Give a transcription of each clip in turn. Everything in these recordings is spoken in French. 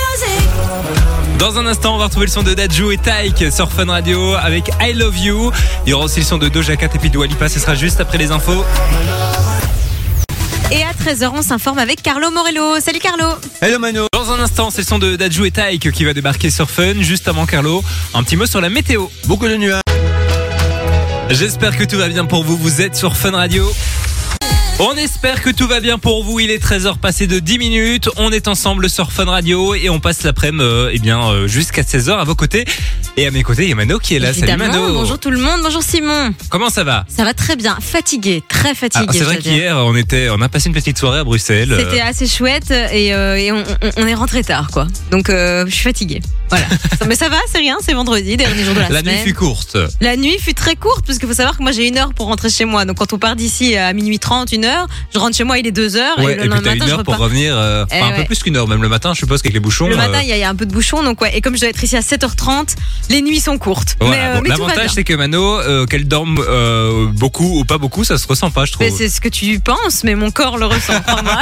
22h. Dans un instant, on va retrouver le son de Dajou et Taïk sur Fun Radio avec I Love You. Il y aura aussi le son de Doja Cat et puis Lipa. Ce sera juste après les infos. Et à 13h, on s'informe avec Carlo Morello. Salut Carlo Hello Mano Dans un instant, c'est le son de Dajou et Taïk qui va débarquer sur Fun. Juste avant Carlo, un petit mot sur la météo. Beaucoup de nuages. J'espère que tout va bien pour vous. Vous êtes sur Fun Radio. On espère que tout va bien pour vous. Il est 13h passé de 10 minutes. On est ensemble sur Fun Radio et on passe l'après-midi euh, eh bien euh, jusqu'à 16h à vos côtés. Et à mes côtés, il y a Mano qui est là. Évidemment, Salut Mano. Bonjour tout le monde. Bonjour Simon. Comment ça va Ça va très bien. Fatigué, très fatigué. Ah, c'est vrai qu'hier, on était, on a passé une petite soirée à Bruxelles. euh, C'était assez chouette et, euh, et on, on, on, est rentré tard, quoi. Donc euh, je suis fatiguée. Voilà. Mais ça va, c'est rien. C'est vendredi, dernier jour de la, la semaine. La nuit fut courte. La nuit fut très courte parce qu'il faut savoir que moi j'ai une heure pour rentrer chez moi. Donc quand on part d'ici à minuit 30, une heure, je rentre chez moi il est 2 heures ouais, et le et lendemain puis matin une je heure repars. pour revenir. euh, Eh enfin, un peu ouais. plus qu'une heure même le matin, je suppose qu'avec les bouchons. Le euh, matin, il y, a- il y a un peu de bouchon, donc ouais. Et comme je dois être ici à 7h30, les nuits sont courtes. voilà, mais euh, bon, mais tout va bien. L'avantage c'est que Mano, euh, qu'elle dorme euh, beaucoup ou pas beaucoup, ça se ressent pas, je trouve. Mais C'est ce que tu penses, mais mon corps le ressent. crois-moi.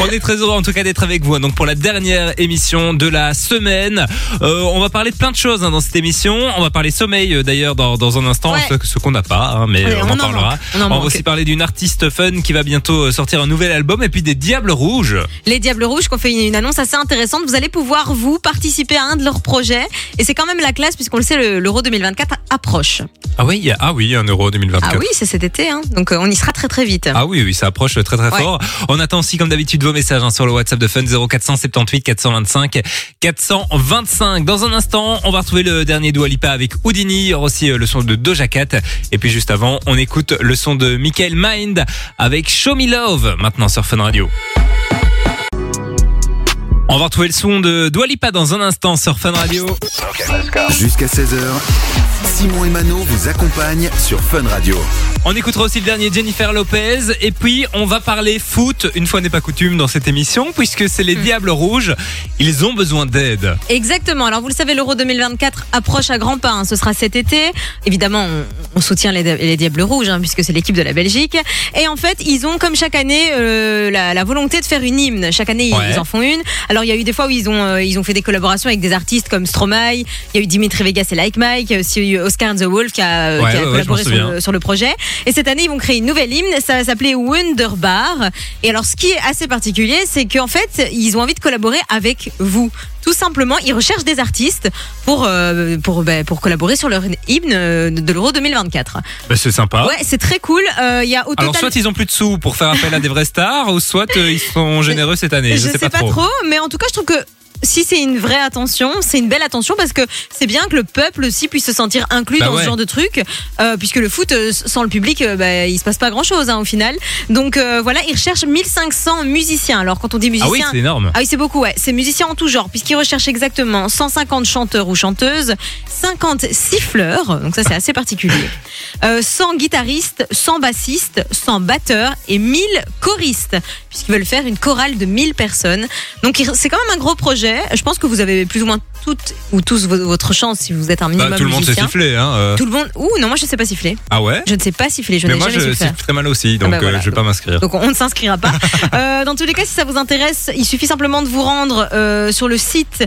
On est très heureux en tout cas d'être avec vous. hein. Donc pour la dernière émission de la semaine, Euh, on va parler de plein de choses hein, dans cette émission. On va parler sommeil euh, d'ailleurs dans, dans un instant, Ouais. ce, ce qu'on n'a pas, hein, mais Ouais, euh, on on, en en parlera. manque, on en va manque. aussi parler d'une artiste fun qui va bientôt euh, sortir un nouvel album et puis des Diables Rouges. les Diables Rouges qui ont fait une, une annonce assez intéressante. Vous allez pouvoir, vous, participer à un de leurs projets. Et c'est quand même la classe, puisqu'on le sait, le- l'Euro 2024 approche. Ah oui, il y a- ah oui, un euro 2024. Ah oui, c'est cet été, hein. donc euh, on y sera très très vite. Ah oui, oui, ça approche très très Ouais. fort. On attend aussi, comme d'habitude, vos messages hein, sur le WhatsApp de Fun 0478 425 425. Dans un instant, on va retrouver le dernier Dualipa avec Houdini. Il y aura aussi euh, le son de Doja Cat. Et puis juste avant, on écoute le son de Michael Mind avec Show Me Love, maintenant sur Fun Radio. On va retrouver le son de Dualipa dans un instant sur Fun Radio. Jusqu'à 16h, Simon et Mano vous accompagnent sur Fun Radio. On écoutera aussi le dernier Jennifer Lopez et puis on va parler foot une fois n'est pas coutume dans cette émission puisque c'est Hmm. les Diables Rouges. Ils ont besoin d'aide. Exactement. Alors vous le savez, l'Euro 2024 approche à grands pas. hein. Ce sera cet été. Évidemment, on, on soutient les, les Diables Rouges hein, puisque c'est l'équipe de la Belgique. Et en fait, ils ont comme chaque année euh, la, la volonté de faire une hymne. Chaque année, ils- Ouais. ils en font une. Alors il y a eu des fois où ils ont euh, ils ont fait des collaborations avec des artistes comme Stromae. Il y a eu Dimitri Vegas et Like Mike. Il y a aussi eu Oscar and the Wolf qui a, euh, Ouais, qui a ouais, ouais, collaboré je m'en sur, souviens. le, sur le projet. Et cette année, ils vont créer une nouvelle hymne. Ça va s'appeler Wonderbar. Et alors, ce qui est assez particulier, c'est qu'en fait, ils ont envie de collaborer avec vous. Tout simplement, ils recherchent des artistes pour euh, pour ben, pour collaborer sur leur hymne euh, de l'Euro 2024. Bah, c'est sympa. Ouais, c'est très cool. Euh, Il y a au total. Alors soit ils ont plus de sous pour faire appel à des vrais stars ou soit euh, ils sont généreux cette année. je sais, pas, trop. mais en tout cas, je trouve que si c'est une vraie attention, c'est une belle attention parce que c'est bien que le peuple aussi puisse se sentir inclus Bah dans ouais. ce genre de truc, euh, puisque le foot euh, sans le public, euh, bah, il se passe pas grand chose au final. Donc euh, voilà, ils recherchent 1500 musiciens. Alors quand on dit musiciens, Ah oui, c'est énorme. ah oui, c'est beaucoup, ouais. C'est musiciens en tout genre, puisqu'ils recherchent exactement 150 chanteurs ou chanteuses, 50 siffleurs, donc ça c'est assez particulier, euh, 100 guitaristes, 100 bassistes, 100 batteurs et 1000 choristes, puisqu'ils veulent faire une chorale de 1000 personnes. Donc ils- c'est quand même un gros projet. Je pense que vous avez plus ou moins toutes ou tous vo- votre chance si vous êtes un Bah, minimum tout le monde s'est musicien. sifflé. Hein, euh. tout le monde. Ouh, non, moi je sais pas siffler. Ah ouais Je ne sais pas siffler, je Mais n'ai moi jamais je su faire. siffle très mal aussi donc bah euh, voilà. je vais pas m'inscrire. Donc on ne s'inscrira pas. Euh, dans tous les cas, si ça vous intéresse, il suffit simplement de vous rendre euh, sur le site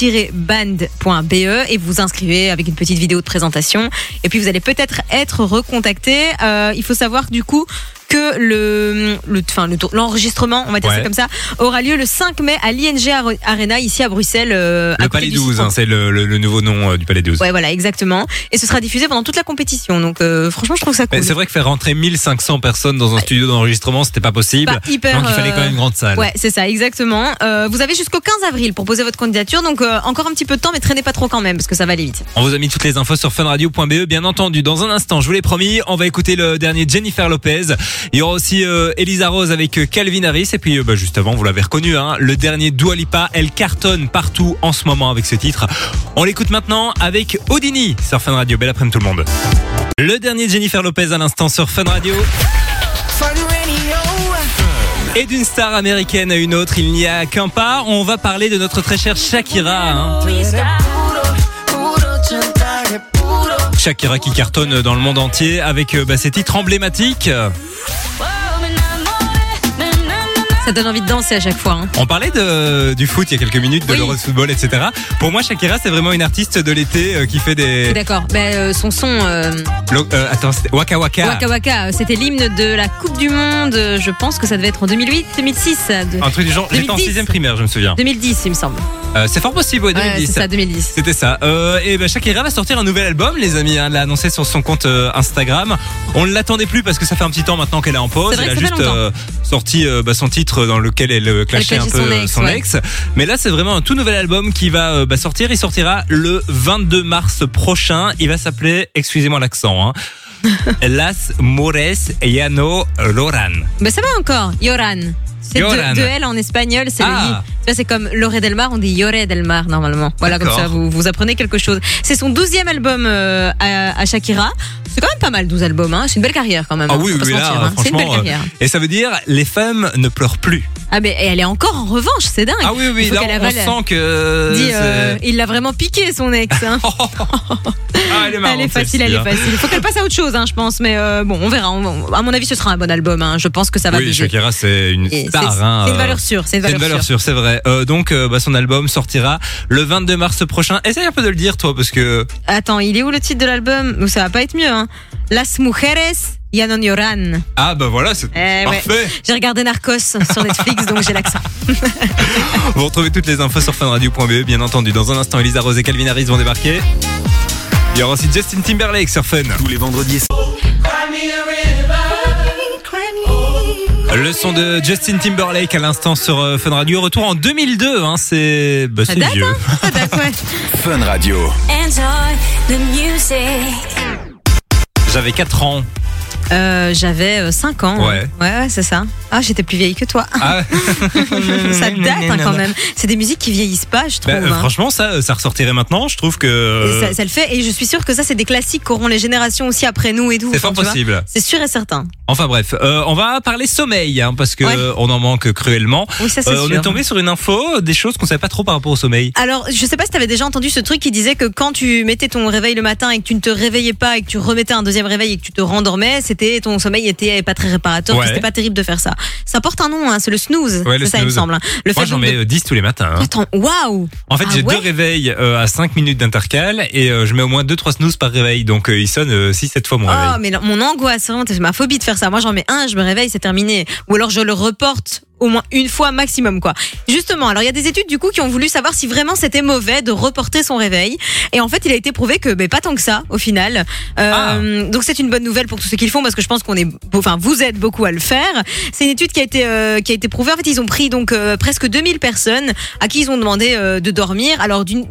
wonderbar-band.be et vous vous inscrivez avec une petite vidéo de présentation. Et puis vous allez peut-être être recontacté. Euh, il faut savoir du coup que le le- enfin, le tour- l'enregistrement, on va dire Ouais. ça comme ça, aura lieu le 5 mai à l'ING Ar- Arena ici à Bruxelles. euh, à côté Le Palais du 12, Citron. hein, c'est le, le- le nouveau nom euh, du Palais 12. Ouais, voilà, exactement. Et ce sera diffusé pendant toute la compétition. Donc euh, franchement, je trouve ça cool. Mais C'est vrai que faire rentrer 1500 personnes dans un studio d'enregistrement, c'était pas possible. Pas hyper, donc il fallait quand euh, même une grande salle. Ouais, c'est ça, exactement. Euh, vous avez jusqu'au 15 avril pour poser votre candidature, donc euh, encore un petit peu de temps, mais traînez pas trop quand même, parce que ça va aller vite. On vous a mis toutes les infos sur funradio.be, E, bien entendu. Dans un instant, je vous l'ai promis, on va écouter le dernier Jennifer Lopez. Il y aura aussi euh, Elisa Rose avec euh, Calvin Harris. Et puis, euh, bah, juste avant, vous l'avez reconnu, hein, le dernier Dua Lipa. Elle cartonne partout en ce moment avec ce titre. On l'écoute maintenant avec Odini sur Fun Radio. Belle après-midi tout le monde. Le dernier Jennifer Lopez à l'instant sur Fun Radio. Et d'une star américaine à une autre, il n'y a qu'un pas. On va parler de notre très chère Shakira. hein. Shakira qui cartonne dans le monde entier avec euh, bah, ses titres emblématiques. Ça ça donne envie de danser à chaque fois. hein. On parlait de, du foot il y a quelques minutes, de Oui. l'Euro de football, etc. Pour moi, Shakira, c'est vraiment une artiste de l'été euh, qui fait Je suis des. D'accord. Ben, euh, son son euh, Lo- euh, attends, c'était Waka Waka. Waka Waka, euh, c'était l'hymne de la Coupe du Monde. euh, Je pense que ça devait être en 2008, 2006, ça, de- Un truc du genre. J'étais en 2010. 6 primaire, je me souviens. 2010, il me semble. Euh, c'est fort possible, ouais, Ouais, 2010. c'est ça, 2010. C'était ça. Euh, et ben Shakira va sortir un nouvel album, les amis. hein. Elle l'a annoncé sur son compte euh, Instagram. On ne l'attendait plus parce que ça fait un petit temps maintenant qu'elle est en C'est pause. vrai elle a que ça fait juste sorti euh, bah, son titre dans lequel elle euh, clashait un clashait peu son euh, ex, son ouais. ex. Mais là, c'est vraiment un tout nouvel album qui va euh, bah, sortir. Il sortira le 22 mars prochain. Il va s'appeler, excusez-moi l'accent, hein, Las Mores Llano Loran. Ah Ben, ça va encore. Yoran. C'est Yoran. de, de L en espagnol, c'est le Ah. I. Tu vois, c'est comme Loré Del Mar, on dit Yoré Del Mar normalement. Voilà, comme D'accord. ça, vous, vous apprenez quelque chose. C'est son douzième album euh, à, à Shakira. C'est quand même pas mal, 12 albums. hein. C'est une belle carrière quand même. Ah hein. oui, Faut pas oui, se là, mentir, hein. C'est une belle franchement, euh, carrière. Et ça veut dire les femmes ne pleurent plus. Ah, mais et elle est encore en revanche, c'est dingue. Ah oui, oui, Il faut là, qu'elle on avale. sent que. euh, Dit, c'est- euh, il l'a vraiment piqué son ex. hein. Ah, elle est marrante, elle est facile, elle est celle-ci, hein. facile. Il faut qu'elle passe à autre chose, hein, je pense. Mais euh, bon, on verra. On- on- à mon avis, ce sera un bon album. hein. Je pense que ça va Oui, bouger. Shakira, c'est une Et C'est star. hein, c'est une euh, valeur sûre. C'est une c'est valeur, une valeur sûre. sûre, c'est vrai. Euh, donc, euh, bah, son album sortira le 22 mars prochain. Essaye un peu de le dire, toi, parce que Attends, il est où le titre de l'album Ça va pas être mieux. Hein. Las mujeres ya no lloran. ah bah voilà, c'est Eh ouais. parfait. J'ai regardé Narcos sur Netflix, donc j'ai l'accent. Vous retrouvez toutes les infos sur funradio.be, bien entendu. Dans un instant, Elisa Rose et Calvin Harris vont débarquer. Il y aura aussi Justin Timberlake sur Fun. Tous les vendredis Le son de Justin Timberlake à l'instant sur euh, Fun Radio. Retour en 2002. Hein, c'est bah, Ça c'est date, vieux. hein Ah, d'accord, ouais. Fun Radio. Enjoy the music. J'avais 4 ans. Euh, J'avais 5 ans. hein. Ouais. ouais, ouais, c'est ça. Ah, j'étais plus vieille que toi. Ah. ça date hein, quand même. C'est des musiques qui vieillissent pas, je trouve. Bah, euh, hein. Franchement, euh, ça, ça ressortirait maintenant. Je trouve Et que ça, ça le fait. Et je suis sûre que ça, c'est des classiques qu'auront les générations aussi après nous et tout. c'est Enfin, fort tu vois. possible. C'est sûr et certain. Enfin bref, euh, on va parler sommeil hein, parce que Ouais. euh, on en manque cruellement. Oui, ça, c'est Euh, on sûr. est tombé sur une info, des choses qu'on savait pas trop par rapport au sommeil. Alors, je sais pas si t'avais déjà entendu ce truc qui disait que quand tu mettais ton réveil le matin et que tu ne te réveillais pas et que tu remettais un deuxième réveil et que tu te rendormais, c'était ton sommeil était pas très réparateur, que Ouais. c'était pas terrible de faire ça. Ça porte un nom, hein, c'est le snooze. Ouais, le c'est ça, il me snooze. semble. hein. Le Moi fait j'en donc mets de- euh, 10 tous les matins. hein. Attends, waouh En fait, Ah j'ai ouais deux réveils euh, à 5 minutes d'intercal et euh, je mets au moins 2-3 snooze par réveil. Donc euh, il sonne 6-7 fois mon Oh, réveil. mais non, mon angoisse, vraiment, c'est ma phobie de faire ça. Moi, j'en mets un, je me réveille, c'est terminé. Ou alors, je le reporte au moins une fois maximum, quoi. Justement, alors, il y a des études, du coup, qui ont voulu savoir si vraiment c'était mauvais de reporter son réveil. Et en fait, il a été prouvé que, ben, pas tant que ça, au final. Euh, Donc, c'est une bonne nouvelle pour tous ceux qui le font, parce que je pense qu'on est, enfin, vous êtes beaucoup à le faire. C'est une étude qui a été, euh, qui a été prouvée. En fait, ils ont pris, donc, euh, presque 2000 personnes à qui ils ont demandé euh, de dormir. Alors, d'une,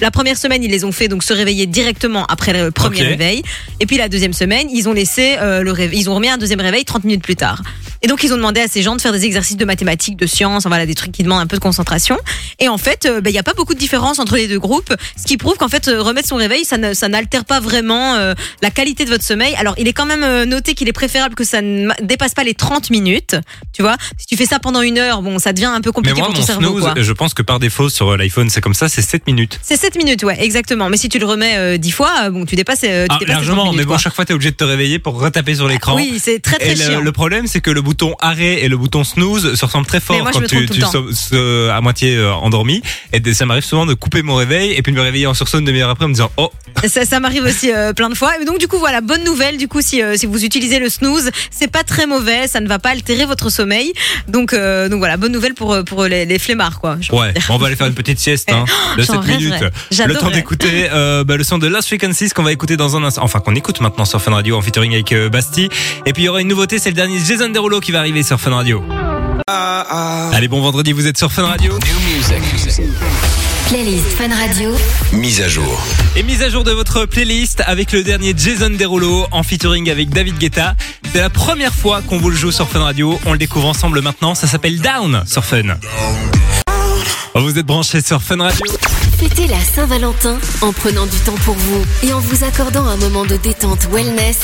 la première semaine, ils les ont fait donc se réveiller directement après le premier Ok. réveil. Et puis la deuxième semaine, ils ont laissé euh, le réveil, ils ont remis un deuxième réveil 30 minutes plus tard. Et donc ils ont demandé à ces gens de faire des exercices de mathématiques, de sciences, enfin, voilà des trucs qui demandent un peu de concentration. Et en fait, euh, ben, il n'y a pas beaucoup de différence entre les deux groupes, ce qui prouve qu'en fait euh, remettre son réveil, ça ne- ça n'altère pas vraiment euh, la qualité de votre sommeil. Alors il est quand même euh, noté qu'il est préférable que ça ne ma- dépasse pas les 30 minutes. Tu vois, si tu fais ça pendant une heure, bon, ça devient un peu Mais compliqué moi, pour mon ton cerveau. snooze, quoi. je pense que par défaut sur euh, l'iPhone, c'est comme ça, c'est 7 minutes. C'est 7 minutes, ouais, exactement. Mais si tu le remets euh, 10 fois, euh, bon, tu dépasses, euh, tu Ah, dépasses les 30 largement, minutes, mais bon, quoi. chaque fois, t'es obligé de te réveiller pour retaper sur l'écran. Oui, c'est très très Et le, chiant. le problème, c'est que le bouton arrêt et le bouton snooze se ressemblent très fort Mais moi, je quand me tu, trompe tout tu le temps. so- so- à moitié euh, endormi. Et des- ça m'arrive souvent de couper mon réveil et puis de me réveiller en sursaut une demi-heure après en me disant Oh, Ça, ça m'arrive aussi euh, plein de fois. Et donc du coup, voilà, bonne nouvelle. Du coup, si, euh, si vous utilisez le snooze, c'est pas très mauvais, ça ne va pas altérer votre sommeil. Donc, euh, donc voilà, bonne nouvelle pour euh, pour les, les flemmards, quoi. Genre. ouais, bon, on va aller faire une petite sieste hein, de Eh, J'en 7 minutes. rêverais. Le temps J'adorerais. d'écouter euh, bah, le son de Last Frequencies qu'on va écouter dans un instant. Enfin, qu'on écoute maintenant sur Fun Radio en featuring avec euh, Basti. Et puis il y aura une nouveauté, c'est le dernier Jason Derulo qui va arriver sur Fun Radio. Allez, bon vendredi, vous êtes sur Fun Radio. Playlist Fun Radio. Mise à jour. Et mise à jour de votre playlist avec le dernier Jason Derulo en featuring avec David Guetta. C'est la première fois qu'on vous le joue sur Fun Radio. On le découvre ensemble maintenant. Ça s'appelle Down sur Fun. Vous êtes branchés sur Fun Radio. Fêtez la Saint-Valentin en prenant du temps pour vous et en vous accordant un moment de détente wellness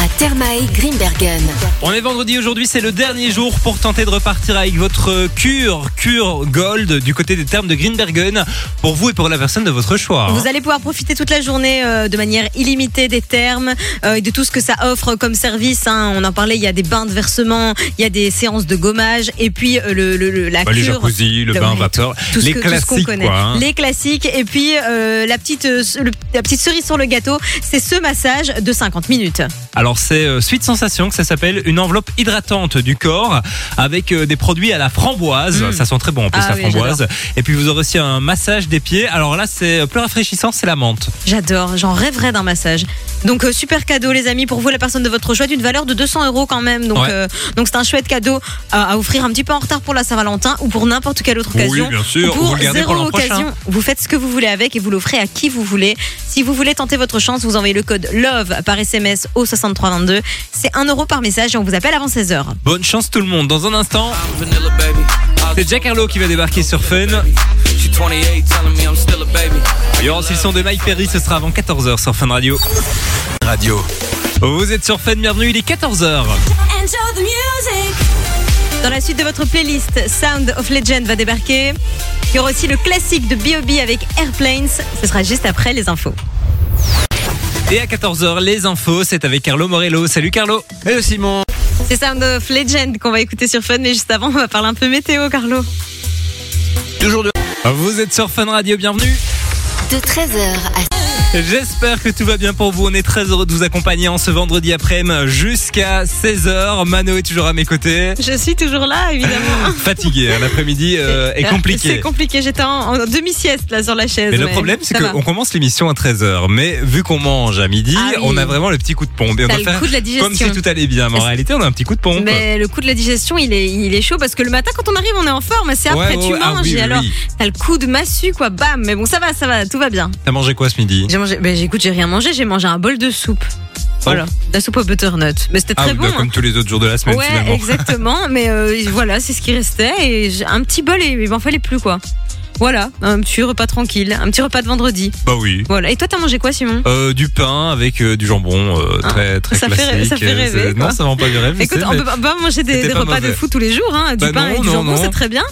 à Thermae Grimbergen. On est vendredi aujourd'hui, c'est le dernier jour pour tenter de repartir avec votre cure, cure gold du côté des termes de Greenbergen pour vous et pour la personne de votre choix. Vous allez pouvoir profiter toute la journée euh, de manière illimitée des termes euh, et de tout ce que ça offre comme service. hein. On en parlait, il y a des bains de versement, il y a des séances de gommage et puis euh, le, le- le- la Bah, les cure. jacuzzi, le Ouais, bain à tout- vapeur, tout ce les que- tout ce qu'on classiques connaît. quoi. hein. Les classiques et puis euh, la, petite, euh, le- la petite cerise sur le gâteau, c'est ce massage de 50 minutes. Alors c'est euh, Sweet Sensation que ça s'appelle, une enveloppe hydratante du corps avec euh, des produits à la framboise, Mm. ça sent très bon en plus Ah la oui, framboise. Et puis vous aurez aussi un massage des pieds. Alors là c'est euh, plus rafraîchissant, c'est la menthe. J'adore, j'en rêverais d'un massage. Donc euh, super cadeau les amis pour vous la personne de votre choix d'une valeur de 200 euros quand même. Donc Ouais. euh, donc c'est un chouette cadeau à, à offrir un petit peu en retard pour la Saint-Valentin ou pour n'importe quelle autre Oui, occasion. bien sûr, Ou pour vous le gardez zéro pour l'an occasion, prochain. vous faites ce que vous voulez avec et vous l'offrez à qui vous voulez. Si vous voulez tenter votre chance, vous envoyez le code LOVE par SMS au 6322. C'est 1 euro par message et on vous appelle avant 16h. Bonne chance tout le monde. Dans un instant, vanilla baby. I'll c'est Jack Harlow qui va débarquer sur Fun. She 28, telling me I'm still a baby. Il y aura aussi le son de Mike Perry, ce sera avant 14h sur Fun Radio. Radio. Vous êtes sur Fun, bienvenue, il est 14h. Enjoy the music. Dans la suite de votre playlist, Sound of Legend va débarquer. Il y aura aussi le classique de B.O.B avec Airplanes. Ce sera juste après les infos. Et à 14h, les infos, c'est avec Carlo Morello. Salut Carlo. Hello Simon C'est Sound of Legend qu'on va écouter sur Fun, mais juste avant, on va parler un peu météo, Carlo. Toujours de Vous êtes sur Fun Radio, bienvenue. De 13h à J'espère que tout va bien pour vous. On est très heureux de vous accompagner en ce vendredi après-midi jusqu'à 16h. Mano est toujours à mes côtés. Je suis toujours là, évidemment. Fatigué, hein, l'après-midi euh, est C'est compliqué. compliqué, j'étais en, en demi-sieste là sur la chaise. Mais le ouais. problème, c'est Ça va. qu'on commence l'émission à 13h. Mais vu qu'on mange à midi, Ah oui. on a vraiment le petit coup de pompe. Et on T'as va le faire coup de la comme si digestion. tout allait bien. Mais en C'est- réalité, on a un petit coup de pompe. Mais le coup de la digestion, il est, il est chaud parce que le matin, quand on arrive, on est en forme. C'est Ouais, après, ouais, tu ouais. manges Ah oui, et oui, alors, oui. t'as le coup de massue, quoi. Bam. Mais bon, ça va, ça va, tout va bien. T'as mangé quoi ce midi J'ai mangé, ben, j'écoute, j'ai rien mangé, j'ai mangé un bol de soupe. Voilà, de la soupe au butternut. Mais c'était Oh. Ah, très bah, bon. hein. comme tous les autres jours de la semaine, ouais, finalement. exactement. Mais euh, voilà, c'est ce qui restait. Et j'ai un petit bol et il m'en fallait plus, quoi. Voilà, un petit repas tranquille, un petit repas de vendredi. Bah oui. Voilà. Et toi, t'as mangé quoi, Simon Euh, du pain avec euh, du jambon, euh, Ah, très, très ça fait classique. rêver- ça fait Euh, rêver, c'est- Non, quoi. ça vend pas du rêve. je Écoute, sais, on mais- peut pas manger des, c'était des pas repas de mauvais. fou tous les jours, hein, du Bah pain non, et du non, jambon, non. c'est très bien.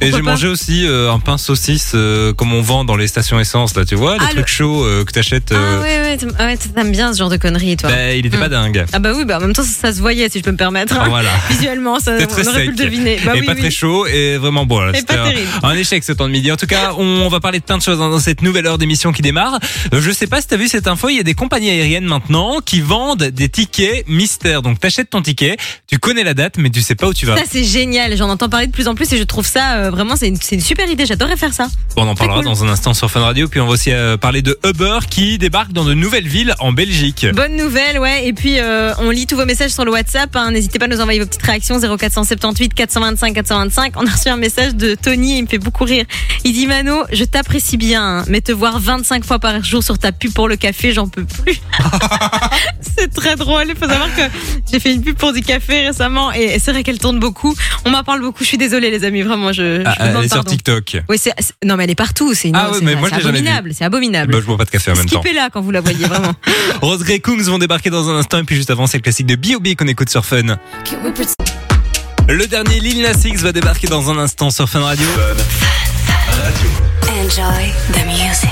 Et Pourquoi j'ai pas mangé aussi euh, un pain saucisse euh, comme on vend dans les stations essence, là, tu vois, les Ah, le- trucs chauds euh, que t'achètes. euh, Ah ouais, ouais, t'aimes- ah ouais, t'aimes bien ce genre de conneries, toi. bah, il était pas Hmm. dingue. Ah bah oui, bah en même temps, ça, ça se voyait, si je peux me permettre. hein. Voilà. Visuellement, ça, C'était on aurait Ah très pu sec. le deviner. Bah et oui, pas oui. très chaud et vraiment bon. voilà, Et c'était pas un, terrible. un échec ce temps de midi. En tout cas, on va parler de plein de choses dans dans cette nouvelle heure d'émission qui démarre. Euh, Je sais pas si t'as vu cette info, il y a des compagnies aériennes maintenant qui vendent des tickets mystères. Donc t'achètes ton ticket, tu connais la date, mais tu sais pas où tu vas. Ça, c'est génial. J'en entends parler de plus en plus et je trouve ça euh, vraiment, c'est une, c'est une super idée. J'adorerais faire ça. Bon, on en Très parlera cool. dans un instant sur Fun Radio, puis on va aussi euh, parler de Uber qui débarque dans de nouvelles villes en Belgique. Bonne nouvelle, ouais. Et puis, euh, on lit tous vos messages sur le WhatsApp. hein. N'hésitez pas à nous envoyer vos petites réactions 0478 425 425. On a reçu un message de Tony, il me fait beaucoup rire. Il dit Mano, je t'apprécie bien, hein, mais te voir 25 fois par jour sur ta pub pour le café, j'en peux plus. c'est très drôle. Il faut savoir que j'ai fait une pub pour du café récemment et c'est vrai qu'elle tourne beaucoup. On m'en parle beaucoup. Je suis désolée, les amis. Vraiment, Bah, je, je vous Ah, elle demande est sur pardon. TikTok. Oui, c'est- c'est- non, mais elle est partout. C'est une- Ah ouais, c'est- mais moi, je c'est l'ai jamais vue. abominable. C'est abominable. Bah, je bois pas de café en même temps. Skippez-la quand vous la voyez, vraiment. Rose Grey Kungs vont débarquer dans un instant et puis juste avant c'est le classique de B.O.B. qu'on écoute sur Fun. Le dernier Lil Nas X va débarquer dans un instant sur Fun Radio. Enjoy the music.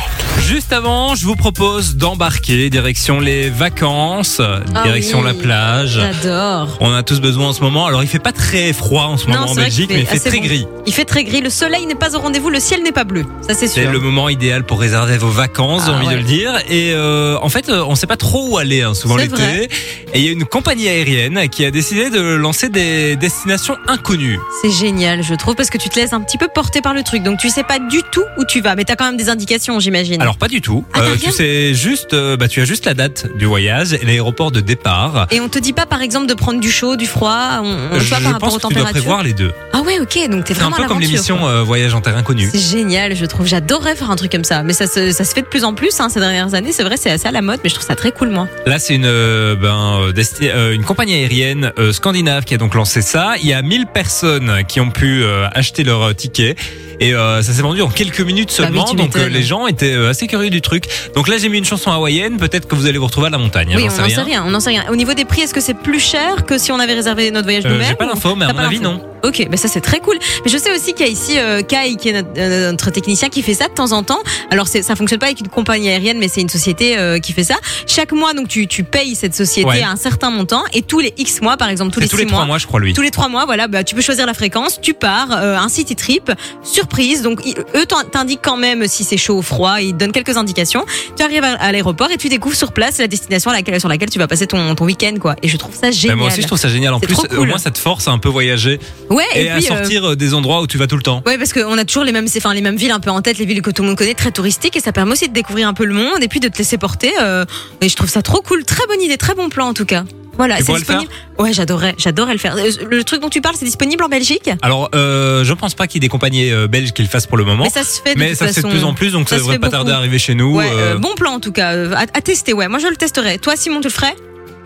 Juste avant, je vous propose d'embarquer direction les vacances, direction Ah oui. la plage. J'adore. On a tous besoin en ce moment. Alors il fait pas très froid en ce moment en c'est vrai qu'il Belgique, mais il fait assez très bon. gris. Il fait très gris. Le soleil n'est pas au rendez-vous, le ciel n'est pas bleu. Ça, c'est C'est sûr. le moment idéal pour réserver vos vacances, j'ai Ah envie de ouais. le dire. Et euh, en fait, euh, on sait pas trop où aller hein, souvent C'est l'été. vrai. Et il y a une compagnie aérienne qui a décidé de lancer des destinations inconnues. C'est génial, je trouve, parce que tu te laisses un petit peu porter par le truc. Donc, tu sais pas du tout où où tu vas, mais t'as quand même des indications, j'imagine. Alors pas du tout. Euh, Ah, t'as rien tu sais juste, euh, bah tu as juste la date du voyage et l'aéroport de départ. Et on te dit pas, par exemple, de prendre du chaud, du froid, on, on Euh, te je voit par rapport pense aux que tu dois températures. prévoir les deux. Ah ouais, ok, donc t'es C'est vraiment à un peu comme l'aventure, l'émission quoi. euh, Voyage en terre inconnue. C'est génial, je trouve. J'adorerais faire un truc comme ça. Mais ça se, ça se fait de plus en plus hein, ces dernières années. C'est vrai, c'est assez à la mode, mais je trouve ça très cool, moi. Là, c'est une, euh, ben, euh, desti- euh, une compagnie aérienne euh, scandinave qui a donc lancé ça. Il y a 1000 personnes qui ont pu euh, acheter leur euh, ticket. Et euh, ça s'est vendu en quelques minutes Bah oui, seulement, tu donc euh, m'étonnes. les gens étaient euh, assez curieux du truc. Donc là j'ai mis une chanson hawaïenne, peut-être que vous allez vous retrouver à la montagne. hein, oui, j'en on n'en sait rien. On n'en sait rien. Au niveau des prix, est-ce que c'est plus cher que si on avait réservé notre voyage Euh, nous-mêmes j'ai pas ou- l'info, mais à T'as mon pas avis l'info non. Ok, bah ça c'est très cool. Mais je sais aussi qu'il y a ici euh, Kai, qui est notre, euh, notre technicien, qui fait ça de temps en temps. Alors c'est- ça fonctionne pas avec une compagnie aérienne, mais c'est une société euh, qui fait ça. Chaque mois, donc tu, tu payes cette société Ouais. à un certain montant, et tous les X mois, par exemple tous C'est les tous 6 les trois mois. mois, je crois lui. Tous les trois mois, voilà, bah, tu peux choisir la fréquence, tu pars, euh, un city trip, surprise. Donc, ils- eux t'in- t'indiquent quand même si c'est chaud ou froid, ils te donnent quelques indications. Tu arrives à, à l'aéroport et tu découvres sur place la destination à laquelle, sur laquelle tu vas passer ton, ton week-end, quoi. Et je trouve ça Bah, génial. moi aussi je trouve ça génial. En C'est plus, trop au cool. moins ça te force à un peu voyager Ouais, et, et, à puis. euh, sortir euh, des endroits où tu vas tout le temps. Ouais, parce qu'on a toujours les mêmes, c'est- enfin, les mêmes villes un peu en tête, les villes que tout le monde connaît, très touristiques, et ça permet aussi de découvrir un peu le monde et puis de te laisser porter. euh, et je trouve ça trop cool, très bonne idée, très bon plan en tout cas. Voilà, Tu c'est pourrais le disponible. ouais, j'adorais, j'adorais le faire. Euh, Le truc dont tu parles, c'est disponible en Belgique Alors euh, je pense pas qu'il y ait des compagnies euh, belges qui le fassent pour le moment. Mais ça se fait de Mais toute ça se fait façon. de plus en plus, donc ça, Ça se devrait fait pas tarder à beaucoup. arriver chez nous. Ouais, euh, euh, bon plan en tout cas, euh, à, à tester, ouais. Moi je le testerai. Toi Simon, tu le ferais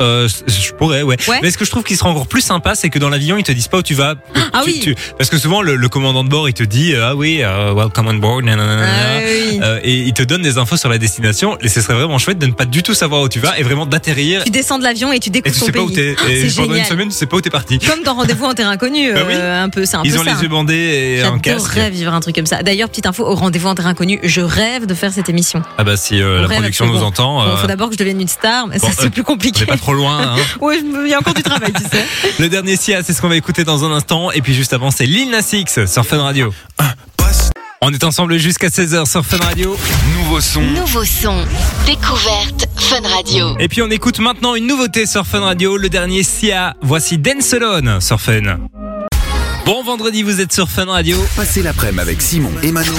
Euh, c- je pourrais, ouais. Ouais. Mais ce que je trouve qui sera encore plus sympa, c'est que dans l'avion, ils te disent pas où tu vas. Ah Tu- oui. tu- Parce que souvent, le, le commandant de bord, il te dit euh, Ah oui, euh, welcome on board, nanana. Ah oui. Euh, et il te donne des infos sur la destination. Et ce serait vraiment chouette de ne pas du tout savoir où tu vas et vraiment d'atterrir. Tu descends de l'avion et tu Et découvres tu ton sais pas où pays. t'es. Ah, Et c'est pendant une génial. semaine, tu sais pas où t'es parti. Comme dans Rendez-vous en terrain inconnu, Bah oui. euh, un peu, c'est un Ils peu ont ça. les yeux bandés et un casque. J'adorerais vivre un truc comme ça. D'ailleurs, petite info, au rendez-vous en terrain inconnu, je rêve de faire cette émission. Ah bah, si euh, On la rêve production nous absolument. entend, Bon, euh, faut d'abord que je devienne une star, mais bon, ça c'est euh, plus on compliqué. n'est pas trop loin. hein. Ouais, je me- il y a encore du travail, tu sais. le dernier Sia, c'est ce qu'on va écouter dans un instant. Et puis juste avant, c'est Lil Nas X sur Fun Radio. On est ensemble jusqu'à 16h sur Fun Radio. Nouveau son, Nouveau son. Découverte Fun Radio. Et puis on écoute maintenant une nouveauté sur Fun Radio, le dernier Sia. Voici Dance Alone sur Fun. Bon vendredi, vous êtes sur Fun Radio passez l'après-midi avec Simon et Mano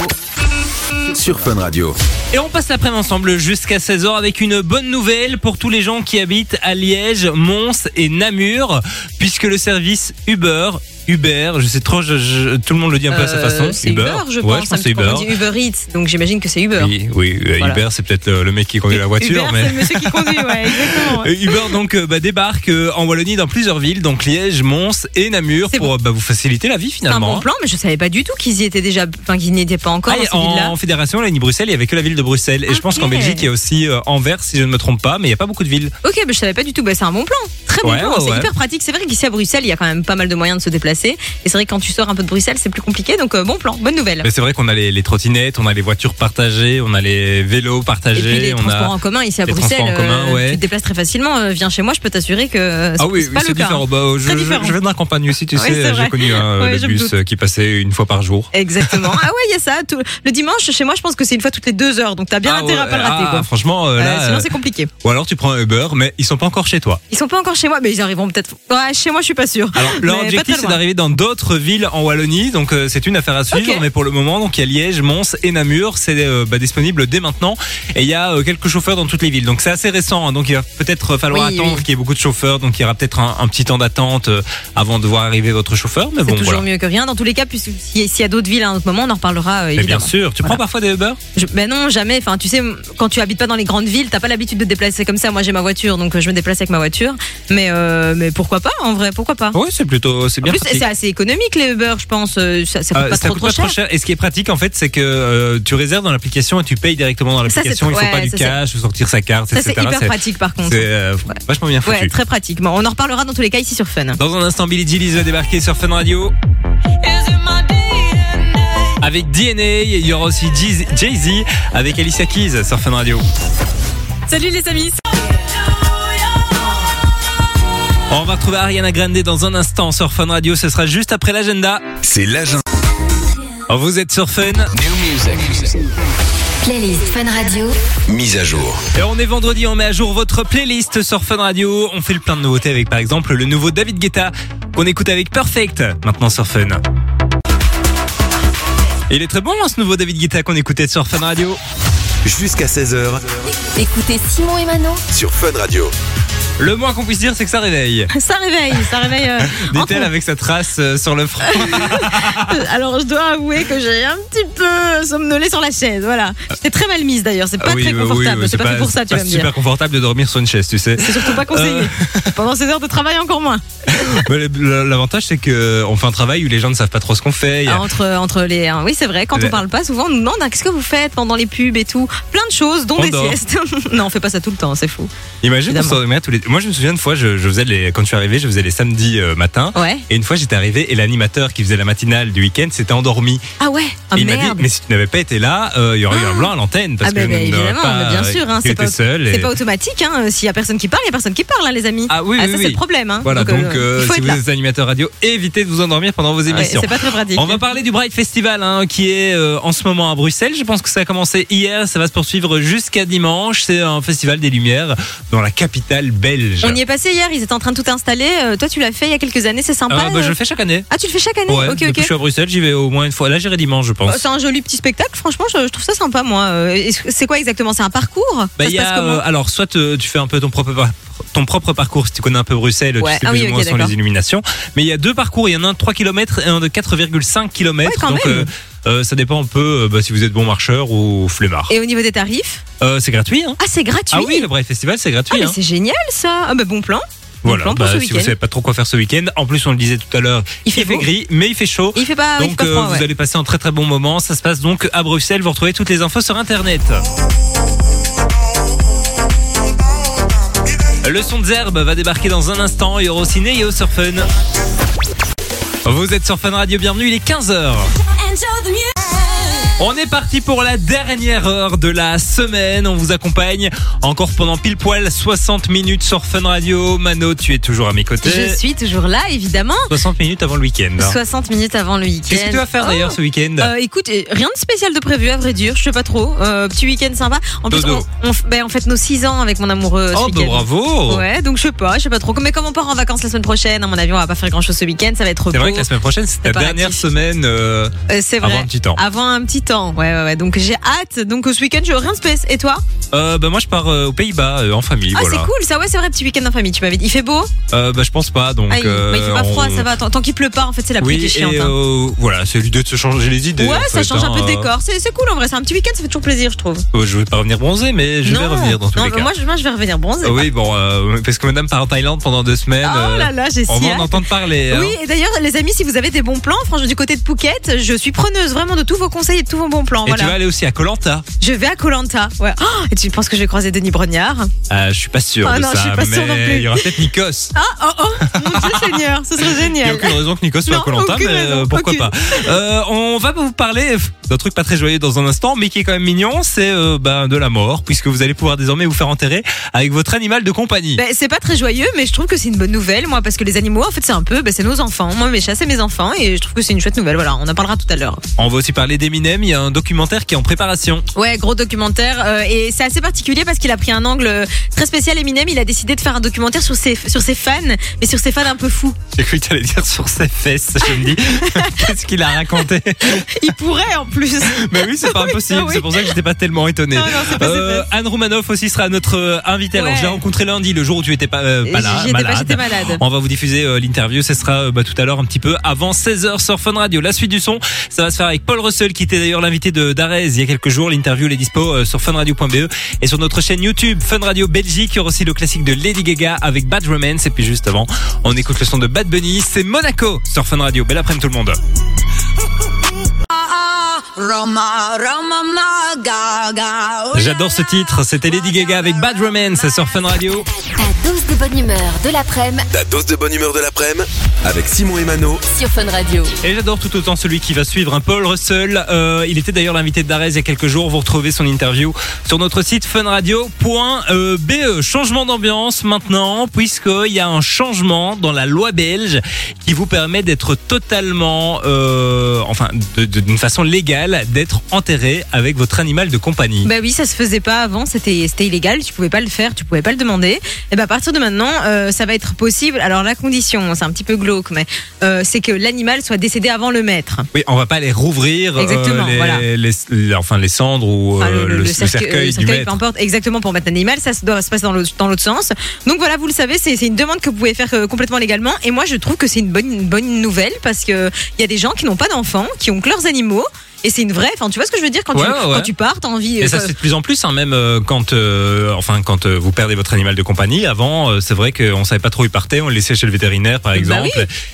sur Fun Radio. et on passe l'après-midi ensemble jusqu'à 16h avec une bonne nouvelle pour tous les gens qui habitent à Liège, Mons et Namur puisque le service Uber, Uber, je sais trop, je- je- tout le monde le dit un peu à sa Euh, façon, c'est Uber, je pense. ouais, je pense un que c'est petit peu. Uber. On dit Uber Eats, donc j'imagine que c'est Uber. Oui, oui, euh, Voilà. Uber c'est peut-être euh, le mec qui conduit la voiture Uber, mais c'est le monsieur qui conduit, ouais, exactement. Euh, Uber donc euh, bah, débarque euh, en Wallonie dans plusieurs villes, donc Liège, Mons et Namur, C'est pour euh, bah, vous faciliter la vie C'est un finalement. hein. bon plan, mais je savais pas du tout qu'ils y étaient déjà, enfin qu'ils n'y étaient pas encore Ah, dans et ces villes-là. en fédération, là, ni Bruxelles, il y avait que la ville de Bruxelles. Et je pense Ok. qu'en Belgique, il y a aussi euh, Anvers, si je ne me trompe pas, mais il n'y a pas beaucoup de villes. Ok, mais je savais pas du tout. Bah, c'est un bon plan, très bon Ouais, plan. ouais, c'est ouais. hyper pratique. C'est vrai qu'ici à Bruxelles, il y a quand même pas mal de moyens de se déplacer. Et c'est vrai que quand tu sors un peu de Bruxelles, c'est plus compliqué. Donc euh, bon plan, bonne nouvelle. Mais c'est vrai qu'on a les, les trottinettes, on a les voitures partagées, on a les vélos Et puis partagés, les on transports a. en commun ici à les Bruxelles, euh, transports en commun, ouais. tu te déplaces très facilement. Euh, viens chez moi, je peux t'assurer que euh, c'est Ah oui, c'est oui, pas c'est le cas. différent. Bah, je, Très je- différent. je viens d'un campagne aussi, tu Oui, c'est sais, j'ai vrai. connu hein, Ouais, le je me bus doute. euh, qui passait une fois par jour. Exactement. Ah ouais, il y a ça. tout- Le dimanche, chez moi, je pense que c'est une fois toutes les deux heures. Donc t'as Eh, bien Ah, intérêt à ouais, pas le rater. ah, quoi. Franchement, euh, Euh, là, sinon, euh, c'est compliqué. ou alors tu prends un Uber, mais ils sont pas encore chez toi. Ils sont pas encore chez moi, mais ils arriveront peut-être. Ouais, chez moi, je suis pas sûre. Alors, Mais leur pas très objectif, c'est loin. d'arriver dans d'autres villes en Wallonie. Donc, euh, c'est une affaire à suivre. Ok. Mais pour le moment, donc, il y a Liège, Mons et Namur. C'est euh, bah, disponible dès maintenant. Et il y a euh, quelques chauffeurs dans toutes les villes. Donc, c'est assez récent. hein. donc, il va peut-être falloir Oui, attendre oui. qu'il y ait beaucoup de chauffeurs. Donc, il y aura peut-être un, un petit temps d'attente euh, avant de voir arriver votre chauffeur. Mais C'est bon, toujours voilà. mieux que rien. Dans tous les cas, puisque si- s'il y a d'autres villes à un autre moment, on en reparlera euh, Mais Eh bien évidemment. sûr, tu prends Voilà. parfois des Uber Je- ben non, jamais. Enfin, tu sais, m- quand tu habites pas dans les grandes villes, t'as pas l'habitude de te déplacer comme ça. Moi, j'ai ma voiture, donc euh, je me déplace avec ma voiture. Mais euh, mais pourquoi pas En vrai, pourquoi pas Oui, c'est plutôt, c'est En bien. plus, pratique. c'est assez économique les Uber, je pense. Euh, Ça, ça coûte Euh, pas ça trop coûte trop pas cher. trop cher. Et ce qui est pratique, en fait, c'est que euh, tu réserves dans l'application et tu payes directement dans Ça, c'est l'application. Il faut ouais, pas du ça, c'est- cash ou sortir sa carte, Ça, etc. c'est hyper C'est- pratique, par contre. C'est euh, vachement bien foutu. Ouais, très pratique. Bon, on en reparlera dans tous les cas ici sur Fun. Dans un instant, Billy Gillis va débarquer sur Fun Radio. Avec DNA, il y aura aussi Jeez- Jay-Z avec Alicia Keys sur Fun Radio. Salut les amis. On va retrouver Ariana Grande dans un instant sur Fun Radio. Ce sera juste après l'agenda. C'est l'agenda. Vous êtes sur Fun Playlist Fun Radio. Mise à jour. et on est vendredi. On met à jour votre playlist sur Fun Radio. On fait le plein de nouveautés avec par exemple le nouveau David Guetta qu'on écoute avec Perfect maintenant sur Fun. Et il est très bon hein, ce nouveau David Guetta qu'on écoutait sur Fun Radio. Jusqu'à 16h Écoutez Simon et Manon sur Fun Radio. Le moins qu'on puisse dire, c'est que ça réveille. Ça réveille, ça réveille. euh, entre- Dit-elle avec sa trace euh, sur le front. Alors je dois avouer que j'ai un petit peu somnolé sur la chaise, voilà. J'étais très mal mise d'ailleurs, c'est pas Ah Oui, bah euh, très oui, oui, confortable, oui, c'est pas, fait pour ça, c'est tu pas vas me super Euh. dire. confortable de dormir sur une chaise, tu sais. C'est surtout pas conseillé. Pendant ces heures de travail encore moins. Mais le- le- L'avantage, c'est que on fait un travail où les gens ne savent pas trop ce qu'on fait. Il y a- Ah, entre, entre les. hein, Oui, c'est vrai, quand Le- on parle pas, souvent on nous demande ah, qu'est-ce que vous faites pendant les pubs et tout. Plein de choses, dont On des dort. siestes. non, on fait pas ça tout le temps, c'est fou. Imagine, on Évidemment. s'endormait tous les. Moi, je me souviens une fois, je, je faisais les. Quand je suis arrivé, je faisais les samedis euh, matin. Ouais. Et une fois, j'étais arrivé et l'animateur qui faisait la matinale du week-end s'était endormi. Ah ouais, ah, Et il m'a dit, merde. mais si tu n'avais pas été là, euh, il y aurait eu un blanc à l'antenne parce ah que bah, je bah, n'aurais évidemment, pas, euh, mais bien sûr, hein, il c'est était pas, seul. c'est et- pas automatique. Hein, euh, S'il y a personne qui parle, il y a personne qui parle, hein, les amis. Ah oui, oui, ça oui. c'est le problème. Hein. Voilà, donc, euh, euh, il faut si être vous là. êtes animateur radio, évitez de vous endormir pendant vos Ouais, émissions. c'est pas très pratique. On va parler du Bright Festival hein, qui est euh, en ce moment à Bruxelles. Je pense que ça a commencé hier, ça va se poursuivre jusqu'à dimanche. C'est un festival des lumières dans la capitale belge. On y est passé hier, ils étaient en train de tout installer. Euh, toi, tu l'as fait il y a quelques années, c'est Ah, sympa. bah, je euh. le fais chaque année. Ah, tu le fais chaque année Ouais, Ok, depuis que je ok. suis à Bruxelles, j'y vais au moins une fois. Là, j'irai dimanche, je pense. Euh, C'est un joli petit spectacle, franchement, je, je trouve ça sympa, moi. Euh, est-ce que- C'est quoi exactement C'est un parcours Bah, Ça il se y passe a, comment euh, alors, soit euh, tu fais un peu ton propre, par- ton propre parcours, si tu connais un peu Bruxelles, Ouais. tu sais Ah plus oui, ou ok, moins où sont d'accord. les illuminations. Mais il y a deux parcours, il y en a un de 3 km et un de 4,5 km. Ouais, quand donc, même. euh, euh, ça dépend un peu euh, bah, si vous êtes bon marcheur ou flemmard. Et au niveau des tarifs Euh, c'est gratuit, hein Ah, c'est gratuit Ah oui, le Braille Festival, c'est Ah, gratuit. mais hein. c'est génial ça Ah, bah bon plan Voilà, plan pour bah, ce si vous week-end. savez pas trop quoi faire ce week-end, en plus on le disait tout à l'heure, Il fait beau. gris, mais il fait chaud. Il fait pas, il fait donc pas euh, froid, vous ouais. allez passer un très très bon moment. Ça se passe donc à Bruxelles. Vous retrouvez toutes les infos sur internet. Le son de Zerbe va débarquer dans un instant. Il y aura aussi Neo sur Fun. Vous êtes sur Fun Radio, bienvenue, il est 15h. On est parti pour la dernière heure de la semaine. On vous accompagne encore pendant pile poil 60 minutes sur Fun Radio. Mano, tu es toujours à mes côtés. Je suis toujours là, évidemment. 60 minutes avant le week-end. 60 minutes avant le week-end. Qu'est-ce que tu vas faire d'ailleurs ce week-end Euh, écoute, euh, rien de spécial de prévu, à vrai dire. Je sais pas trop. Euh, petit week-end sympa. En plus, Dodo. on, on f- ben, on fête nos 6 ans avec mon amoureux. ce Oh, bah week-end. bravo Ouais, donc je sais pas, je sais pas trop. Mais comme on part en vacances la semaine prochaine, à mon avis, on va pas faire grand chose ce week-end, ça va être C'est repos. vrai que la semaine prochaine, c'est ta Préparatif. dernière semaine euh, Euh, c'est vrai. avant un petit temps. Avant un petit temps, ouais, ouais, ouais. Donc j'ai hâte. Donc ce week-end, je rien de space. Et toi Euh, bah, moi, je pars euh, aux Pays-Bas euh, en famille. Ah, voilà. c'est cool, ça, ouais, c'est vrai, petit week-end en famille. Tu m'avais dit, il fait beau Euh, bah, je pense pas. Donc, Ah, il, euh, bah, il fait pas froid, on- ça va. Tant, tant qu'il pleut pas, en fait, c'est la pluie Oui, qui est chiante. et hein. euh, voilà, c'est l'idée de se changer les idées. Ouais, en ça fait, change un hein, peu de euh, décor. C'est c'est cool en vrai, c'est un petit week-end, ça fait toujours plaisir, je trouve. euh, je vais pas revenir bronzer, mais je non, vais revenir dans tous non, les mais cas. Moi, je, moi, je vais revenir bronzer. Euh, oui, bon, euh, parce que madame part en Thaïlande pendant deux semaines. Oh euh, là là, j'ai on si va en hâte. entendre parler. hein. Oui, et d'ailleurs, les amis, si vous avez des bons plans, franchement, du côté de Phuket, je suis preneuse vraiment de tous vos conseils et de tous vos bons plans. Et voilà. tu vas aller aussi à Colanta. Je vais à Colanta. Ouais. Oh, et tu penses que je vais croiser Denis Brognard je suis pas sûr Ah de non, ça, je suis pas mais sûre non plus. il y aura peut-être Nikos. Ah oh oh, mon Dieu Seigneur, ce serait Il n'y a génial. aucune raison que Nikos soit Non, à Colanta, mais aucune euh, raison, pourquoi aucune. pas. Euh, on va vous parler d'un truc pas très joyeux dans un instant, mais qui est quand même mignon, c'est euh, ben, de la mort, puisque vous allez pouvoir désormais vous faire enterrer avec votre animal de compagnie. Ben, c'est pas très joyeux, mais je trouve que c'est une bonne nouvelle, moi, parce que les animaux, en fait, c'est un peu, ben, c'est nos enfants. Moi, mes chats, c'est mes enfants, et je trouve que c'est une chouette nouvelle. Voilà, on en parlera tout à l'heure. On va aussi parler d'Eminem, il y a un documentaire qui est en préparation. Ouais, gros documentaire, euh, et c'est assez particulier parce qu'il a pris un angle euh, très spécial. Eminem, il a décidé de faire un documentaire sur ses, sur ses fans, mais sur ses fans un peu fous. J'ai cru que t'allais dire sur ses fesses, je me dis. Qu'est-ce qu'il a raconté Il pourrait, en plus. Mais oui, c'est pas impossible, ah oui. c'est pour ça que j'étais pas tellement étonné. Euh, Non, non, c'est pas ses fesses. Anne Roumanoff aussi sera notre euh, invitée. Alors, Ouais. je l'ai rencontrée lundi, le jour où tu étais pas, euh, pas là, J'étais pas- malade. j'étais malade. On va vous diffuser euh, l'interview, ce sera euh, bah, tout à l'heure un petit peu avant 16h sur Fun Radio. La suite du son, ça va se faire avec Paul Russell qui était d'ailleurs l'invité de Darez il y a quelques jours. L'interview elle est dispo euh, sur funradio.be et sur notre chaîne YouTube Fun Radio Belgique. Il y aura aussi le classique de Lady Gaga avec Bad Romance et puis juste avant, on écoute le son de Bad Bunny, c'est Monaco sur Fun Radio. Belle après-midi tout le monde. J'adore ce titre, c'était Lady Gaga avec Bad Romance sur Fun Radio. Ta dose de bonne humeur de l'après-midi Ta dose de bonne humeur de l'après-midi avec Simon et Mano sur Fun Radio. Et j'adore tout autant celui qui va suivre, un Paul Russell. Euh, il était d'ailleurs l'invité de Darès il y a quelques jours. Vous retrouvez son interview sur notre site funradio.be. E. Changement d'ambiance maintenant, puisqu'il y a un changement dans la loi belge qui vous permet d'être totalement, euh, enfin, de- de- d'une façon légale, illégal d'être enterré avec votre animal de compagnie. Bah oui, ça se faisait pas avant, c'était c'était illégal, tu pouvais pas le faire, tu pouvais pas le demander. Et bah à partir de maintenant, euh, ça va être possible. Alors la condition, c'est un petit peu glauque, mais euh, c'est que l'animal soit décédé avant le maître. Oui, on va pas les rouvrir, euh, Exactement, les, voilà. les- les- enfin les cendres ou Enfin, euh, le, le cercueil- cercueil le du cercueil, peu maître. importe, exactement pour mettre l'animal, ça se- doit se passer dans l'autre dans l'autre sens. Donc voilà, vous le savez, c'est c'est une demande que vous pouvez faire euh, complètement légalement. Et moi, je trouve que c'est une bonne, une bonne nouvelle parce que il y a des gens qui n'ont pas d'enfants, qui ont que leurs animaux. Et c'est une vraie. Enfin, tu vois ce que je veux dire quand, Ouais, tu, ouais, ouais. quand tu pars, t'as envie. Et euh, ça c'est de plus en plus, hein, même euh, quand, euh, enfin, quand euh, vous perdez votre animal de compagnie. Avant, euh, c'est vrai qu'on savait pas trop où il partait, on le laissait chez le vétérinaire, Bah par exemple.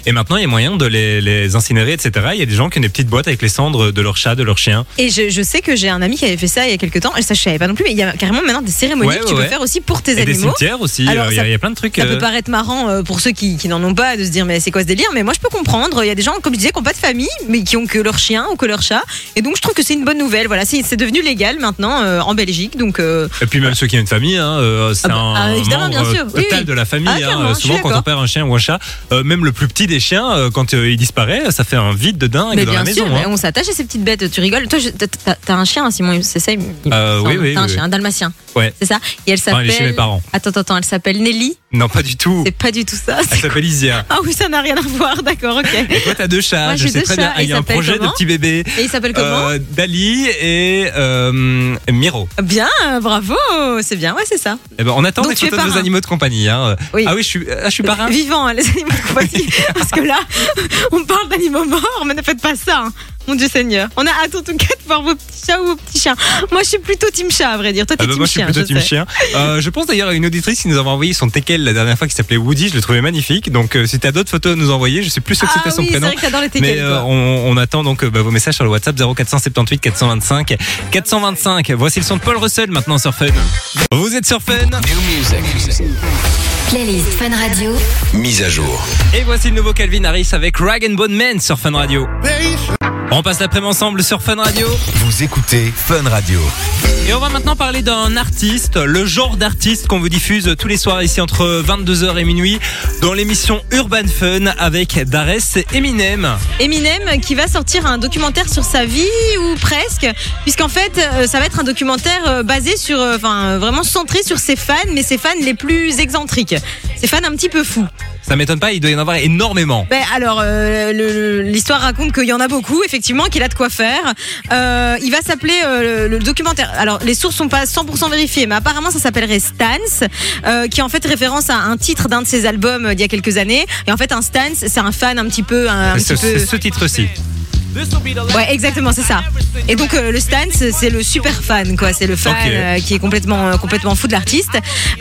Et maintenant, il y a moyen de les, les incinérer, etc. Il y a des gens qui ont des petites boîtes avec les cendres de leur chat, de leur chien. Et je, je sais que j'ai un ami qui avait fait ça il y a quelques temps, et ça je savais pas non plus, mais il y a carrément maintenant des cérémonies Ouais, que tu ouais, peux ouais. faire aussi pour tes Et des animaux. cimetières aussi. Alors, euh, Il y, a- ça- il y a plein de trucs. Ça euh, peut paraître marrant euh, pour ceux qui, qui n'en ont pas de se dire mais c'est quoi ce délire, mais moi je peux comprendre, il y a des gens comme je disais qui n'ont pas de famille, mais qui ont que leur chien ou que leur chat, et donc je trouve que c'est une bonne nouvelle, voilà, c'est c'est devenu légal maintenant euh, en Belgique, donc... euh, Et puis même ceux qui ont une famille, hein, euh, c'est Ah bah, un ah, évidemment, membre euh, bien sûr. Oui, total oui. de la famille. Ah, hein. clairement, je suis Souvent, quand on d'accord. perd un chien ou un chat, euh, même le plus petit des chiens, euh, quand euh, il disparaît, ça fait un vide de dingue mais dans bien la sûr, maison. mais hein. on s'attache à ces petites bêtes, tu rigoles, toi je- t'as- t'as t'as un chien hein, Simon, c'est ça il me Euh, semble. oui, oui, T'as un oui, chien, oui. un dalmatien, Ouais. c'est ça Et elle Enfin, elle s'appelle... est chez mes parents. Attends, attends, attends, elle s'appelle Nelly, Non, pas du tout. c'est pas du tout ça, Elle c'est- s'appelle Isia. Ah oui, ça n'a rien à voir, d'accord, ok. Et toi, t'as deux chats. Moi, je j'ai sais deux très chats. bien. Ah, il y a Ils un projet s'appellent de comment petit bébé. Et il s'appelle comment Euh, Dali et euh, Miro. Bien, bravo, c'est bien, ouais, c'est ça. Eh ben, on attend Donc, des tu es photos de vos parrain. animaux de compagnie. hein. Oui. Ah oui, je suis, ah, je suis parrain. Vivant, hein, les animaux de compagnie. Parce que là, on parle d'animaux morts, mais ne faites pas ça. hein. Mon Dieu Seigneur. On a hâte en tout cas de voir vos petits chats ou vos petits chiens. Moi, je suis plutôt team chat, à vrai dire. Toi, t'es Ah bah, team moi, je suis chien, plutôt je team sais. chien. Euh, je pense d'ailleurs à une auditrice qui nous avait envoyé son teckel la dernière fois qui s'appelait Woody. Je le trouvais magnifique. Donc, euh, si t'as d'autres photos à nous envoyer, je sais plus ce que Ah c'était son oui, c'est prénom. vrai que t'adores les Mais teckels, euh, toi. on, on attend donc euh, bah, vos messages sur le WhatsApp 0478 425 425. Voici le son de Paul Russell maintenant sur Fun. Vous êtes sur Fun Playlist Fun Radio. Mise à jour. et voici le nouveau Calvin Harris avec Rag and Bone Man sur Fun Radio. On passe l'après-midi ensemble sur Fun Radio. Vous écoutez Fun Radio. Et on va maintenant parler d'un artiste, le genre d'artiste qu'on vous diffuse tous les soirs ici entre 22h et minuit dans l'émission Urban Fun avec Darès et Eminem. Eminem euh, qui va sortir un documentaire sur sa vie ou presque, puisqu'en fait euh, ça va être un documentaire euh, basé sur, euh, enfin euh, vraiment centré sur ses fans, mais ses fans les plus excentriques, ses fans un petit peu fous. Ça m'étonne pas, il doit y en avoir énormément. Ben alors, euh, le- le- l'histoire raconte qu'il y en a beaucoup, effectivement, qu'il a de quoi faire. Euh, il va s'appeler euh, le, le documentaire. Alors, les sources sont pas 100% vérifiées, mais apparemment, ça s'appellerait Stance, euh, qui est en fait référence à un titre d'un de ses albums euh, d'il y a quelques années. Et en fait, un Stance, c'est un fan un petit peu, un, un C'est petit peu. c'est ce titre-ci. Ouais, exactement, c'est ça. Et donc euh, le stan, c'est c'est le super fan, quoi. C'est le fan Ok. euh, qui est complètement, euh, complètement fou de l'artiste.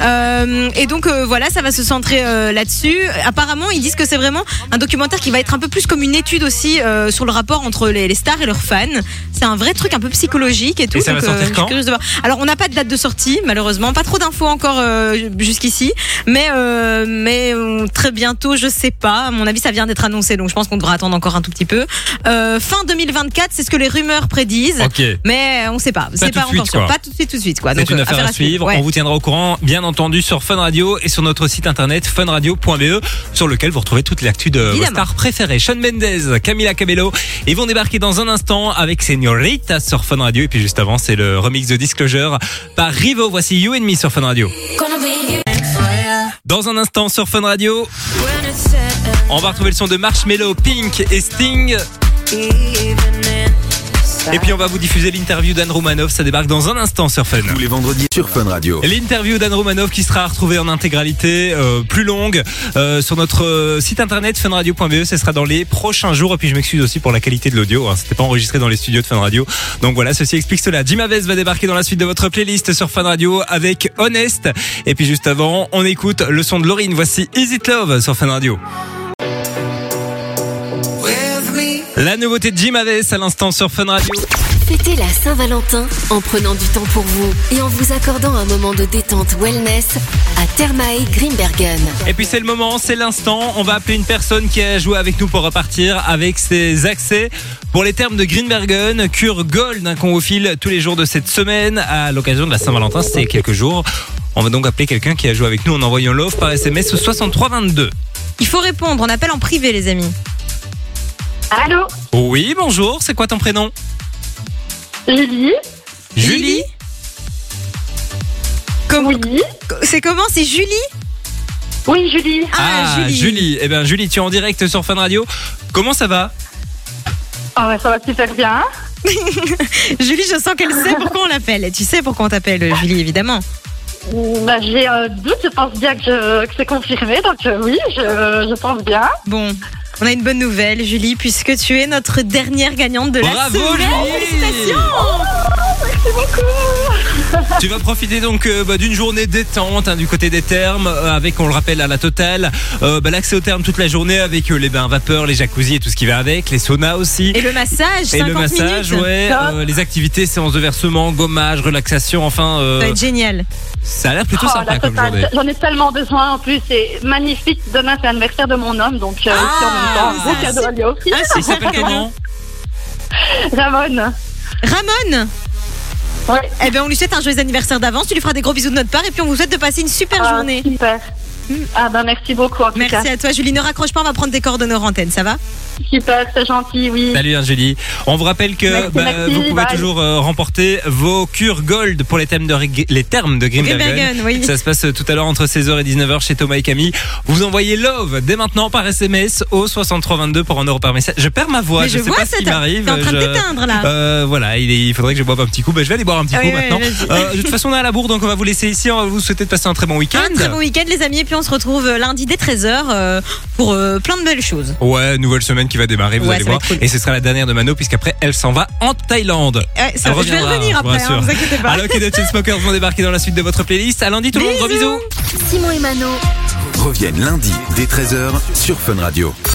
Euh, et donc euh, voilà, ça va se centrer euh, là-dessus. Apparemment, ils disent que c'est vraiment un documentaire qui va être un peu plus comme une étude aussi euh, sur le rapport entre les, les stars et leurs fans. C'est un vrai truc un peu psychologique et tout. ça va donc, euh, sortir je suis quand curieuse de voir. Alors on n'a pas de date de sortie, malheureusement, pas trop d'infos encore euh, jusqu'ici, mais euh, mais euh, très bientôt, je sais pas. À mon avis, ça vient d'être annoncé, donc je pense qu'on devra attendre encore un tout petit peu. Euh, fin 2024, c'est ce que les rumeurs prédisent. Ok. Mais euh, on sait pas, Pas c'est tout de pas suite, encore sûr. quoi. Pas tout de suite, tout de suite quoi. C'est Donc, une euh, affaire à suivre. ouais. On vous tiendra au courant, bien entendu, sur Fun Radio et sur notre site internet funradio.be, E, sur lequel vous retrouvez toute l'actu de vos Évidemment. stars préférées. Sean Mendez, Camila Cabello. Ils vont débarquer dans un instant avec Señorita sur Fun Radio. Et puis juste avant, c'est le remix de Disclosure par Rivo. Voici You and Me sur Fun Radio. Dans un instant sur Fun Radio, on va retrouver le son de Marshmello, Pink et Sting. Et puis on va vous diffuser l'interview d'Anne Roumanoff. Ça débarque dans un instant sur Fun. Tous les vendredis sur Fun Radio. L'interview d'Anne Romanov qui sera retrouvée en intégralité euh, plus longue euh, sur notre euh, site internet funradio.be. E. Ce sera dans les prochains jours. Et puis je m'excuse aussi pour la qualité de l'audio. Hein, C'était pas enregistré dans les studios de Fun Radio. Donc voilà, ceci explique cela. Jim Aves va débarquer dans la suite de votre playlist sur Fun Radio avec Honest. Et puis juste avant, on écoute le son de Laurine. Voici Is It Love sur Fun Radio. La nouveauté de Jim Aves à l'instant sur Fun Radio. Fêtez la Saint-Valentin en prenant du temps pour vous et en vous accordant un moment de détente wellness à Thermae Grimbergen. Et puis c'est le moment, c'est l'instant. On va appeler une personne qui a joué avec nous pour repartir avec ses accès pour les termes de Greenbergen, cure gold hein, qu'on vous file tous les jours de cette semaine à l'occasion de la Saint-Valentin. C'est quelques jours. On va donc appeler quelqu'un qui a joué avec nous en envoyant l'offre par SMS au 6322. Il faut répondre, on appelle en privé les amis. Allô Oui, bonjour. C'est quoi ton prénom Julie, Julie Comme- oui. C'est comment C'est Julie Oui, Julie. Ah, Julie. Eh bien, Julie, tu es en direct sur Fun Radio. Comment ça va Ah ouais, ça va super bien. Julie, je sens qu'elle sait pourquoi on l'appelle. Et tu sais pourquoi on t'appelle Julie, évidemment. Mm, Bah, j'ai un doute, je pense bien que, je- que c'est confirmé, donc euh, oui, je, je pense bien. Bon, on a une bonne nouvelle, Julie, puisque tu es notre dernière gagnante de la Bravo, semaine. Julie. Tu vas profiter donc euh, bah, d'une journée détente hein, du côté des thermes, euh, avec, on le rappelle, à la totale, euh, bah, l'accès aux thermes toute la journée avec euh, les bains vapeurs, les jacuzzis et tout ce qui va avec, les saunas aussi. Et le massage, Et 50 le massage, minutes. ouais, Top. euh, les activités, séances de versement, gommage, relaxation, enfin, euh, Ça va être génial. ça a l'air plutôt Oh, sympa la comme totale. journée. J'en ai tellement besoin en plus, c'est magnifique. Demain, c'est l'anniversaire de mon homme, donc euh, aussi en même temps, un gros Ah, cadeau à lui aussi. Un Il s'appelle super cadeau. comment Ramon, Ramon, ouais. eh ben on lui souhaite un joyeux anniversaire d'avance. Tu lui feras des gros bisous de notre part et puis on vous souhaite de passer une super Ah, journée. Mm. Super. Ah ben merci beaucoup en tout Merci cas. à toi, Julie. Ne raccroche pas, on va prendre des coordonnées en antenne, ça va Super, c'est gentil, oui. Salut hein, Julie. On vous rappelle que bah, Merci, merci, vous pouvez bye. toujours euh, remporter vos cures gold pour les thèmes de Rig- les termes de Grimbergen. Grimbergen, oui. Ça se passe euh, tout à l'heure entre 16h et 19h chez Thomas et Camille. Vous envoyez love dès maintenant par SMS au 6322 pour un euro par message. Je perds ma voix, Mais je, je sais vois pas ça, ce qui t'es- m'arrive. t'es en train de Je- t'éteindre, là. Euh, voilà, il, est- il faudrait que je boive un petit coup. Ben, je vais aller boire un petit Ah coup oui, oui, maintenant. vas-y. Euh, de toute façon, on est à la bourre, donc on va vous laisser ici. On va vous souhaiter de passer un très bon week-end. Un très bon week-end, les amis, et puis on se retrouve euh, lundi dès 13h euh, pour euh, plein de belles choses. Ouais, nouvelle semaine qui va démarrer, vous Ouais, allez ça va voir. être cool. Et ce sera la dernière de Mano, puisqu'après, elle s'en va en Thaïlande. Ouais, Eh, ça Elle va. je vais reviendra, revenir je vous après, hein, rassure. vous inquiétez pas. Alors que les Chainsmokers vont débarquer dans la suite de votre playlist. À lundi tout le monde, gros bisous Simon et Mano. Reviennent lundi dès 13h sur Fun Radio.